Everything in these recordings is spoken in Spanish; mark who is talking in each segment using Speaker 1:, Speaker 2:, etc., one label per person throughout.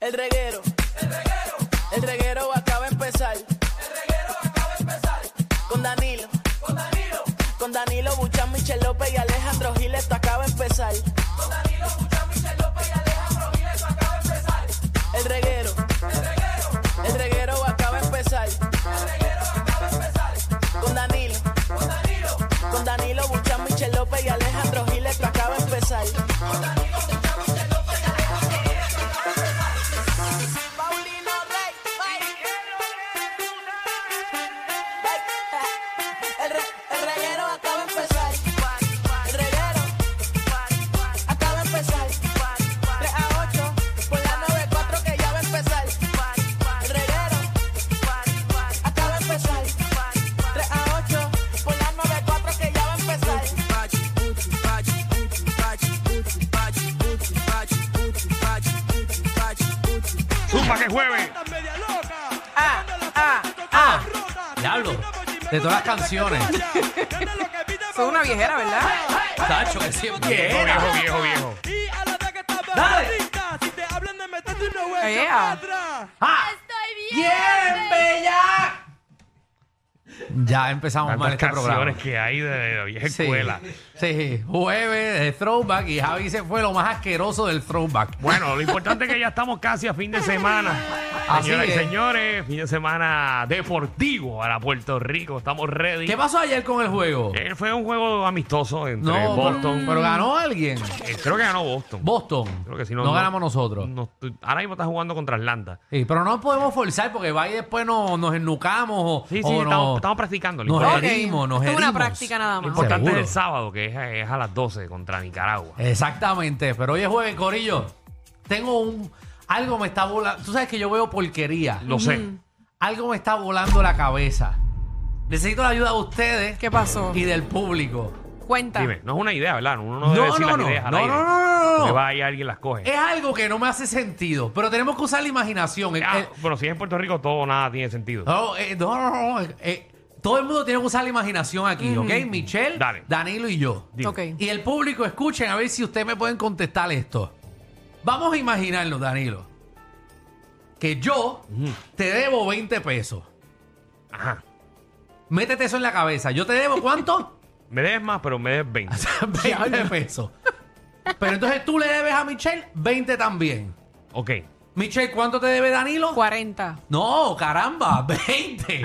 Speaker 1: El reguero. El reguero. El reguero acaba de empezar. El reguero acaba de empezar. Con Danilo. Con Danilo. Con Danilo Buchan, Michel López y Alejandro Gil, esto acaba de empezar. Con Danilo Buchan, Michel López y Alejandro Gil, esto acaba de empezar. El reguero. El reguero. El reguero acaba de empezar. El reguero acaba de empezar. Con Danilo. Con Danilo. Con Danilo Buchan, Michel López y Alejandro Gil, esto acaba de empezar. Paulino Rey, El, re- el reguero acaba de empezar. El reguero acaba de empezar. 3 a 8 por la 94 que ya va a empezar. El reguero acaba de empezar. 3 a 8 por la 94 que ya va a empezar.
Speaker 2: Zumba que jueves.
Speaker 1: Ah, ah, ah.
Speaker 3: Diablo, de todas las canciones.
Speaker 1: Son una viejera, ¿verdad?
Speaker 3: Tacho, que siempre.
Speaker 2: Viejo, viejo, viejo, viejo.
Speaker 3: Ya empezamos mal
Speaker 2: Tantas
Speaker 3: este programa.
Speaker 2: canciones que hay de, de vieja
Speaker 3: Sí,
Speaker 2: escuela.
Speaker 3: sí, jueves de throwback y Javi se fue lo más asqueroso del throwback.
Speaker 2: Bueno, lo importante es que ya estamos casi a fin de semana.
Speaker 3: Así
Speaker 2: Señoras y
Speaker 3: es.
Speaker 2: señores, fin de semana deportivo para Puerto Rico. Estamos ready.
Speaker 3: ¿Qué pasó ayer con el juego?
Speaker 2: Eh, Fue un juego amistoso entre
Speaker 3: pero-
Speaker 2: Boston.
Speaker 3: Pero, ganó alguien.
Speaker 2: Eh, creo que ganó Boston.
Speaker 3: Boston.
Speaker 2: Creo que si
Speaker 3: no,
Speaker 2: no-
Speaker 3: ganamos nosotros.
Speaker 2: No estoy- ahora mismo está jugando contra Atlanta.
Speaker 3: Sí, pero no podemos forzar porque va y después nos, nos ennucamos o,
Speaker 2: Sí, sí,
Speaker 3: o
Speaker 2: estamos,
Speaker 3: nos-
Speaker 2: estamos practicando. Lo
Speaker 3: nos
Speaker 2: importante,
Speaker 3: herimos, nos
Speaker 4: Esto es una
Speaker 3: herimos.
Speaker 4: práctica nada
Speaker 2: lo
Speaker 4: más.
Speaker 2: importante es el
Speaker 3: Seguro.
Speaker 2: sábado, que es, a- es a las 12 contra Nicaragua.
Speaker 3: Exactamente, pero hoy es jueves, Corillo. Tengo un. Algo me está volando. Tú sabes que yo veo porquería.
Speaker 2: Lo sé.
Speaker 3: Algo me está volando la cabeza. Necesito la ayuda de ustedes
Speaker 4: ¿Qué pasó?
Speaker 3: y del público.
Speaker 4: Cuenta.
Speaker 2: Dime, no es una idea, ¿verdad? Uno no
Speaker 3: No,
Speaker 2: debe decir
Speaker 3: no,
Speaker 2: las
Speaker 3: no.
Speaker 2: ideas al
Speaker 3: No,
Speaker 2: aire.
Speaker 3: no, no, Eh, no, no.
Speaker 2: Porque va y alguien las coge.
Speaker 3: Es algo que no me hace sentido, pero tenemos que usar la imaginación. Eh,
Speaker 2: Ah,
Speaker 3: eh,
Speaker 2: bueno, si es en Puerto Rico, todo nada tiene sentido.
Speaker 3: no, eh, no, no, no, eh, eh, todo el mundo tiene que usar la imaginación aquí, ¿ok? Michelle,
Speaker 2: Dale.
Speaker 3: Danilo y yo.
Speaker 2: Dime.
Speaker 4: Ok.
Speaker 3: Y el público, escuchen a ver si ustedes me pueden contestar esto. Vamos a imaginarnos, Danilo, que yo te debo 20 pesos.
Speaker 2: Ajá.
Speaker 3: Métete eso en la cabeza. ¿Yo te debo cuánto?
Speaker 2: Me debes más, pero me debes 20.
Speaker 3: 20 pesos. Pero entonces tú le debes a Michelle 20 también.
Speaker 2: ok.
Speaker 3: Michelle, ¿cuánto te debe Danilo?
Speaker 4: 40.
Speaker 3: No, caramba, 20.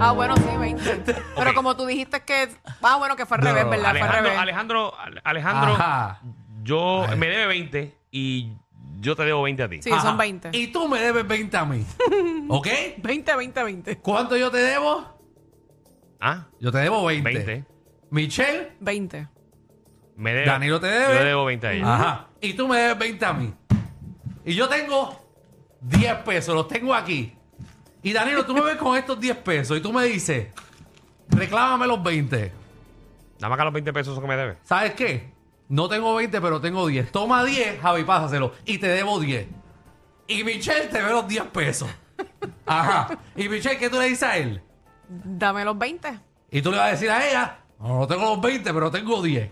Speaker 4: Ah, bueno, sí, 20. Pero
Speaker 2: Ok.
Speaker 4: como tú dijiste que. Ah, bueno, que fue al
Speaker 3: No,
Speaker 4: revés,
Speaker 3: no,
Speaker 4: ¿verdad? Fue al
Speaker 2: Alejandro,
Speaker 4: revés.
Speaker 2: Alejandro, Ale- Alejandro,
Speaker 3: Ajá.
Speaker 2: yo
Speaker 3: Ay.
Speaker 2: me debe 20 y yo te debo 20 a ti.
Speaker 4: Sí,
Speaker 3: Ajá.
Speaker 4: son 20.
Speaker 3: Y tú me debes 20 a mí. ¿Ok?
Speaker 4: 20, 20, 20.
Speaker 3: ¿Cuánto yo te debo?
Speaker 2: Ah,
Speaker 3: Yo te debo 20.
Speaker 2: 20.
Speaker 3: Michelle.
Speaker 4: 20.
Speaker 2: Me debe,
Speaker 3: Danilo te debe. Ah.
Speaker 2: Yo le debo 20 a ella.
Speaker 3: Ajá. Y tú me debes 20 a mí. Y yo tengo 10 pesos, los tengo aquí. Y Danilo, tú me ves con estos 10 pesos y tú me dices, reclámame los 20.
Speaker 2: Dame acá los 20 pesos que me debes.
Speaker 3: ¿Sabes qué? No tengo 20, pero tengo 10. Toma 10, Javi, pásaselo. Y te debo 10. Y Michelle te ve los 10 pesos. Ajá. Y Michelle, ¿qué tú le dices a él?
Speaker 4: Dame los 20.
Speaker 3: Y tú le vas a decir a ella, no, no tengo los 20, pero tengo 10.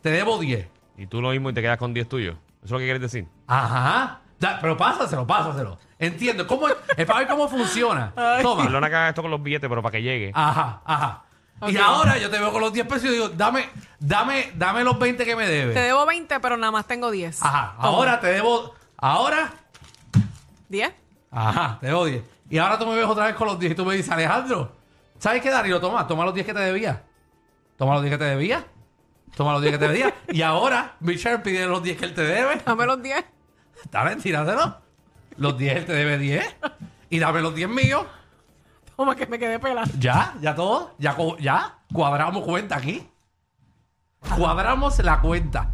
Speaker 3: Te debo 10.
Speaker 2: Y tú lo mismo y te quedas con 10 tuyos. ¿Eso es lo que quieres decir?
Speaker 3: Ajá. Da- pero pásaselo, pásaselo. Entiendo. ¿Cómo es? Es para ver cómo funciona. Toma.
Speaker 2: Perdona que haga esto con los billetes, pero para que
Speaker 3: Ah.
Speaker 2: llegue.
Speaker 3: Ajá, ajá. Y
Speaker 4: Ok.
Speaker 3: ahora yo te veo con los 10 pesos y digo, dame, dame, dame los 20 que me debes.
Speaker 4: Te debo 20, pero nada más tengo 10.
Speaker 3: Ajá. Ahora te debo. Ahora.
Speaker 4: 10.
Speaker 3: Ajá, te odio. Y ahora tú me ves otra vez con los 10 y tú me dices, Alejandro, ¿sabes qué, Darío? Toma, toma los 10 que te debía. Toma los 10 que te debía. Toma los 10 que te debía. y ahora, Michelle pide los 10 que él te debe.
Speaker 4: Dame los 10.
Speaker 3: Dale, tíratelo. Los 10 él te debe 10. Y dame los 10 míos.
Speaker 4: Toma, que me quedé pelada.
Speaker 3: Ya, ya todo. Ya, co- ya. Cuadramos cuenta aquí. Cuadramos la cuenta.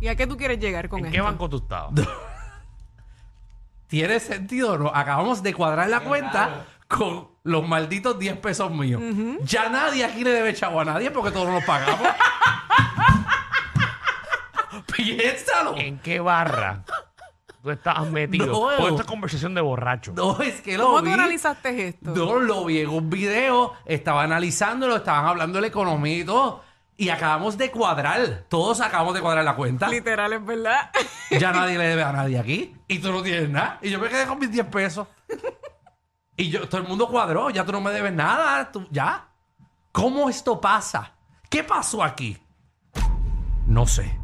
Speaker 4: ¿Y a qué tú quieres llegar con
Speaker 2: ¿En
Speaker 4: esto?
Speaker 2: qué banco tú estabas?
Speaker 3: ¿Tiene sentido o no? Acabamos de cuadrar la cuenta con los malditos 10 pesos míos. Ya nadie aquí le debe chavo a nadie porque todos nos pagamos. Piénsalo.
Speaker 2: ¿En qué barra tú estabas metido?
Speaker 3: No.
Speaker 2: Por esta conversación de borracho.
Speaker 3: No, es que lo
Speaker 4: ¿Cómo
Speaker 3: vi.
Speaker 4: tú analizaste esto?
Speaker 3: No, lo vi en un video. Estaba analizándolo, estaban hablando de la economía y todo. Y acabamos de cuadrar. Todos acabamos de cuadrar la cuenta.
Speaker 4: Literal, es verdad.
Speaker 3: Ya nadie le debe a nadie aquí. Y tú no tienes nada. Y yo me quedé con mis 10 pesos. Y yo, todo el mundo cuadró. Ya tú no me debes nada. tú- ya. ¿Cómo esto pasa? ¿Qué pasó aquí? No sé.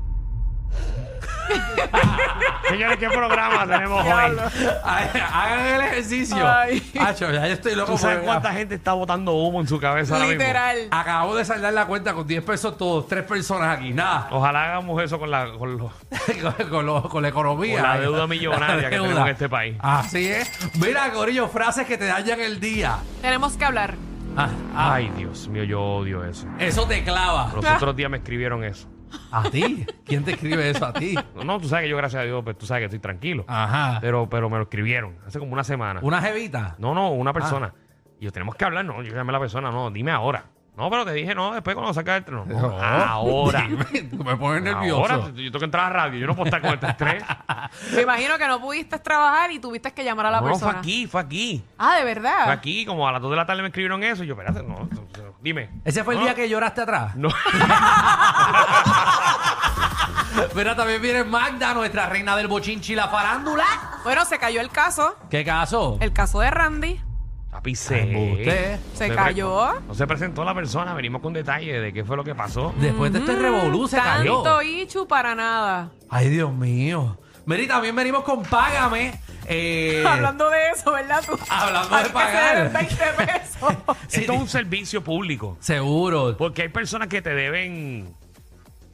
Speaker 2: Señores, ¿qué programa tenemos hoy?
Speaker 3: Ay, Hagan el ejercicio.
Speaker 4: Ay.
Speaker 3: Acho, ya yo estoy loco.
Speaker 2: ¿Tú sabes
Speaker 3: por-
Speaker 2: cuánta gente está botando humo en su cabeza ahora mismo?
Speaker 4: Literal.
Speaker 3: Acabo de saldar la cuenta con 10 pesos todos. Tres personas aquí. Nada.
Speaker 2: Ojalá hagamos eso con la... Con los...
Speaker 3: con, con lo- con la economía.
Speaker 2: Con la deuda millonaria que tenemos en este país.
Speaker 3: Así es. Mira, Corillo, frases que te dañan el día.
Speaker 4: Tenemos que hablar.
Speaker 3: Ah, ah,
Speaker 2: Ay, Dios mío, yo odio eso.
Speaker 3: eso te clava.
Speaker 2: Los otros días me escribieron eso.
Speaker 3: ¿A ti? ¿Quién te escribe eso a ti?
Speaker 2: No, No, tú sabes que yo, gracias a Dios, pues tú sabes que estoy tranquilo.
Speaker 3: Ajá.
Speaker 2: Pero, pero me lo escribieron hace como una semana.
Speaker 3: Ah. ¿Una Ah. jevita?
Speaker 2: No, no, una persona. Y yo, tenemos que hablar, no. Yo llamé a la persona, no, dime ahora. No, pero te dije, no, después cuando saca el tren. No, no, ahora.
Speaker 3: Dime, tú me pones nervioso.
Speaker 2: Ahora, yo tengo que entrar a radio, yo no puedo estar con este estrés.
Speaker 4: Me imagino que no pudiste trabajar y tuviste que llamar a la
Speaker 2: no,
Speaker 4: persona.
Speaker 2: fue aquí, fue aquí.
Speaker 4: Ah, de
Speaker 2: Fue
Speaker 4: verdad.
Speaker 2: aquí, como a las 2 de la tarde me escribieron eso. Y yo, espérate, no, no, no, dime.
Speaker 3: ¿Ese fue el
Speaker 2: No,
Speaker 3: día que lloraste atrás?
Speaker 2: Ah. No.
Speaker 3: Mira, también viene Magda, nuestra reina del bochinchi y la farándula.
Speaker 4: Bueno, se cayó el caso.
Speaker 3: ¿Qué caso?
Speaker 4: El caso de Randy.
Speaker 2: Papi,
Speaker 3: Embuste.
Speaker 2: se...
Speaker 4: Se
Speaker 2: pre-
Speaker 4: cayó.
Speaker 2: No se presentó la persona, venimos con detalle de qué fue lo que pasó.
Speaker 3: Después de este revolú se cayó.
Speaker 4: Mm, Tanto Ichu para nada.
Speaker 3: Ay, Dios mío. Mira, y también venimos con Págame. Eh,
Speaker 4: Hablando de eso, ¿verdad? Tú?
Speaker 3: Hablando de
Speaker 4: Hay que
Speaker 3: pagar.
Speaker 4: ser 20 pesos.
Speaker 3: sí,
Speaker 2: Esto es un servicio público.
Speaker 3: Seguro.
Speaker 2: Porque hay personas que te deben.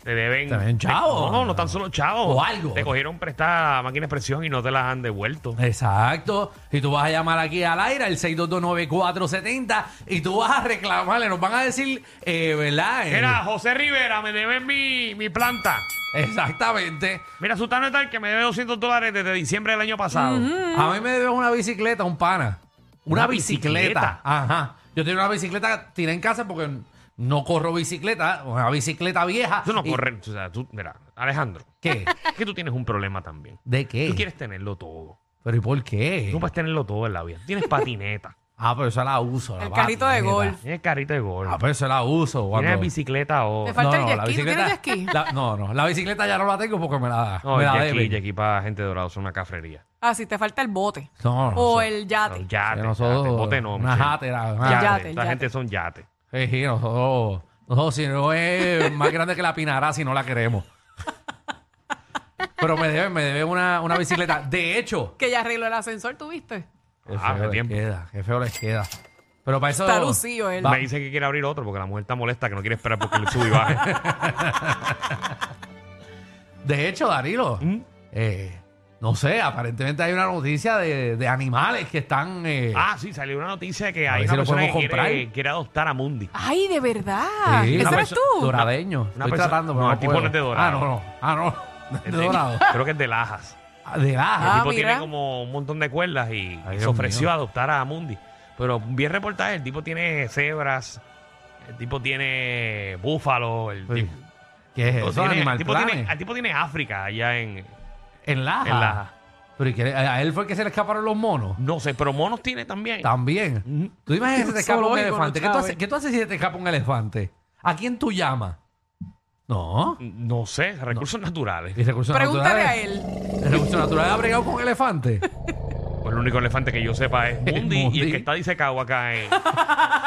Speaker 2: Te deben.
Speaker 3: Te deben chavo.
Speaker 2: No, no, no tan solo chavos.
Speaker 3: O algo.
Speaker 2: Te cogieron prestada máquina de expresión y no te las han devuelto.
Speaker 3: Exacto. Y tú vas a llamar aquí al aire, al 6229470, y tú vas a reclamarle. Nos van a decir, eh, ¿verdad? Eh,
Speaker 2: Mira, José Rivera, me deben mi, mi planta.
Speaker 3: Exactamente.
Speaker 2: Mira, Sutano es tal que me debe 200 dólares desde diciembre del año pasado.
Speaker 3: A mí me debes una bicicleta, un pana. Una,
Speaker 2: Una
Speaker 3: bicicleta.
Speaker 2: bicicleta.
Speaker 3: Ajá. Yo tenía una bicicleta tiré en casa porque no corro bicicleta, una bicicleta vieja.
Speaker 2: Eso no
Speaker 3: Y-
Speaker 2: corre. O sea, tú, mira, Alejandro,
Speaker 3: ¿Qué?
Speaker 2: es que tú tienes un problema también.
Speaker 3: ¿De qué?
Speaker 2: Tú quieres tenerlo todo.
Speaker 3: ¿Pero y por qué?
Speaker 2: Tú no puedes tenerlo todo en la vida. Tienes patineta,
Speaker 3: Ah, pero eso la uso. la
Speaker 4: El carrito de
Speaker 3: patineta.
Speaker 4: golf.
Speaker 2: tienes carrito de gol,
Speaker 3: Ah, pero eso la uso.
Speaker 2: tienes
Speaker 3: cuando-
Speaker 2: bicicleta ahora.
Speaker 4: Te falta el jet
Speaker 3: la
Speaker 4: ski. ¿Tú tienes jet ski?
Speaker 3: la- no, no, la bicicleta ya no la tengo porque me la,
Speaker 2: No,
Speaker 3: me
Speaker 2: el
Speaker 3: la
Speaker 2: jet ski,
Speaker 3: deben.
Speaker 2: jet ski para gente dorada, es una cafrería.
Speaker 4: Ah, sí, te falta el bote.
Speaker 3: No, no,
Speaker 4: o
Speaker 3: eso-
Speaker 4: el
Speaker 2: No,
Speaker 4: yate.
Speaker 2: yate,
Speaker 3: que nosotros-
Speaker 2: yate, Ah, bote no,
Speaker 3: una
Speaker 2: Michelle.
Speaker 3: yate,
Speaker 2: Yate,
Speaker 3: la- yate,
Speaker 2: esta
Speaker 4: el yate.
Speaker 2: gente son yate.
Speaker 3: Sí, sí, nosotros, nosotros si no es más grande que la Pinará, si no la queremos. Pero me deben, me deben una, una bicicleta. De hecho,
Speaker 4: Que ya arregló el ascensor, ¿tuviste?
Speaker 3: qué
Speaker 2: Ah,
Speaker 3: feo
Speaker 2: qué
Speaker 3: les
Speaker 2: tiempo.
Speaker 3: queda, qué feo les queda. Pero para eso...
Speaker 4: Está lucido él.
Speaker 3: Oh. Va-
Speaker 2: Me dice que quiere abrir otro porque la mujer está molesta que no quiere esperar porque el sube y baje.
Speaker 3: De hecho, Darilo,
Speaker 2: ¿Mm?
Speaker 3: eh, no sé, aparentemente hay una noticia de, de animales que están... eh,
Speaker 2: ah, sí, salió una noticia de que
Speaker 3: A
Speaker 2: hay
Speaker 3: ver
Speaker 2: una
Speaker 3: si lo
Speaker 2: persona que
Speaker 3: podemos
Speaker 2: quiere,
Speaker 3: comprar.
Speaker 2: quiere adoptar a Mundi.
Speaker 4: Ay, de verdad.
Speaker 3: Sí,
Speaker 4: Ah, ¿Ese
Speaker 3: una
Speaker 4: eres
Speaker 2: perso-
Speaker 4: tú?
Speaker 3: Doradeño.
Speaker 2: una
Speaker 3: Estoy
Speaker 2: persona-
Speaker 3: tratando, pero
Speaker 2: no,
Speaker 3: no
Speaker 2: el tipo
Speaker 3: puedo.
Speaker 2: no es de dorado.
Speaker 3: Ah, no, no. Ah, no. No es
Speaker 2: Es
Speaker 3: de
Speaker 2: de-
Speaker 3: dorado.
Speaker 2: Creo que es de Lajas.
Speaker 3: Ah, De
Speaker 2: El
Speaker 3: la.
Speaker 4: Ah,
Speaker 2: tipo tiene
Speaker 4: mira.
Speaker 2: como un montón de cuerdas y,
Speaker 3: Ay,
Speaker 2: y se
Speaker 3: Dios
Speaker 2: ofreció
Speaker 3: mío.
Speaker 2: a adoptar a Mundi. Pero bien reportaje, el tipo tiene cebras, el tipo tiene búfalo, el
Speaker 3: Sí.
Speaker 2: tipo,
Speaker 3: Pues, ¿Qué es
Speaker 2: el
Speaker 3: eso?
Speaker 2: tiene,
Speaker 3: Animal
Speaker 2: el tipo tiene-
Speaker 3: Planet.
Speaker 2: el tipo tiene África allá en...
Speaker 3: En Laja.
Speaker 2: en Laja.
Speaker 3: Pero ¿y qué le- a a él fue que se le escaparon los monos.
Speaker 2: No sé, pero monos tiene también. Mm,
Speaker 3: También. Tú imaginas que se te escapa un
Speaker 4: Zoológico,
Speaker 3: elefante.
Speaker 4: no
Speaker 3: ¿Qué tú,
Speaker 4: sabe.
Speaker 3: haces, qué tú haces si se te escapa un elefante? ¿A quién tú llamas? No.
Speaker 2: No sé, recursos naturales.
Speaker 3: ¿Y recursos
Speaker 4: Pregúntale a
Speaker 3: naturales?
Speaker 4: él.
Speaker 3: ¿El recurso natural ha bregado con elefante?
Speaker 2: Pues el único elefante que yo sepa es
Speaker 3: Es
Speaker 2: Mundi,
Speaker 3: Mundi.
Speaker 2: y el que está disecado acá en,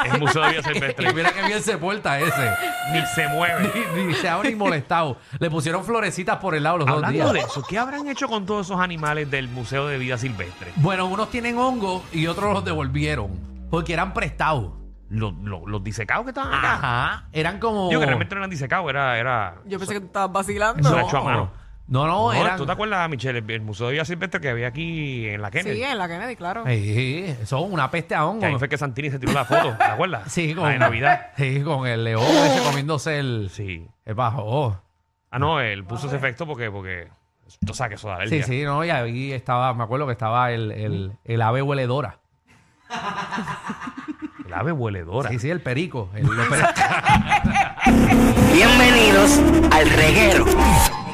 Speaker 2: en el Museo de Vía
Speaker 3: y
Speaker 2: Silvestre.
Speaker 3: mira que bien se porta ese.
Speaker 2: Ni se mueve.
Speaker 3: Ni, ni se ha ni molestado. Le pusieron florecitas por el lado los dos días.
Speaker 2: Hablando de eso, ¿qué habrán hecho con todos esos animales del Museo de Vida Silvestre?
Speaker 3: Bueno, unos tienen hongo y otros los devolvieron. Porque eran prestados.
Speaker 2: Los, los- los disecados que estaban acá.
Speaker 3: Ajá. Eran como.
Speaker 2: Digo que realmente no eran disecados, era. era
Speaker 4: Yo pensé que tú estabas vacilando.
Speaker 2: Eso era hecho a mano.
Speaker 3: No,
Speaker 2: No,
Speaker 3: no, eran.
Speaker 2: ¿Tú te acuerdas, Michelle, el, el Museo de Vida Silvestre que había aquí en la Kennedy?
Speaker 4: Sí, en la Kennedy, claro.
Speaker 3: Sí, son una peste a hongo.
Speaker 2: Que ahí fue que Santini se tiró la foto, ¿te acuerdas?
Speaker 3: Sí,
Speaker 2: La de Navidad.
Speaker 3: Sí, con el león ese comiéndose el.
Speaker 2: Sí.
Speaker 3: El bajo. oh.
Speaker 2: Ah, no, él puso ese efecto porque. porque tú sabes que eso da
Speaker 3: Sí,
Speaker 2: alergia.
Speaker 3: sí, no, y ahí estaba, me acuerdo que estaba el, el, el ave hueledora.
Speaker 2: El ave hueledora.
Speaker 3: Sí, sí, el perico. el- el perico.
Speaker 1: Bienvenidos al reguero.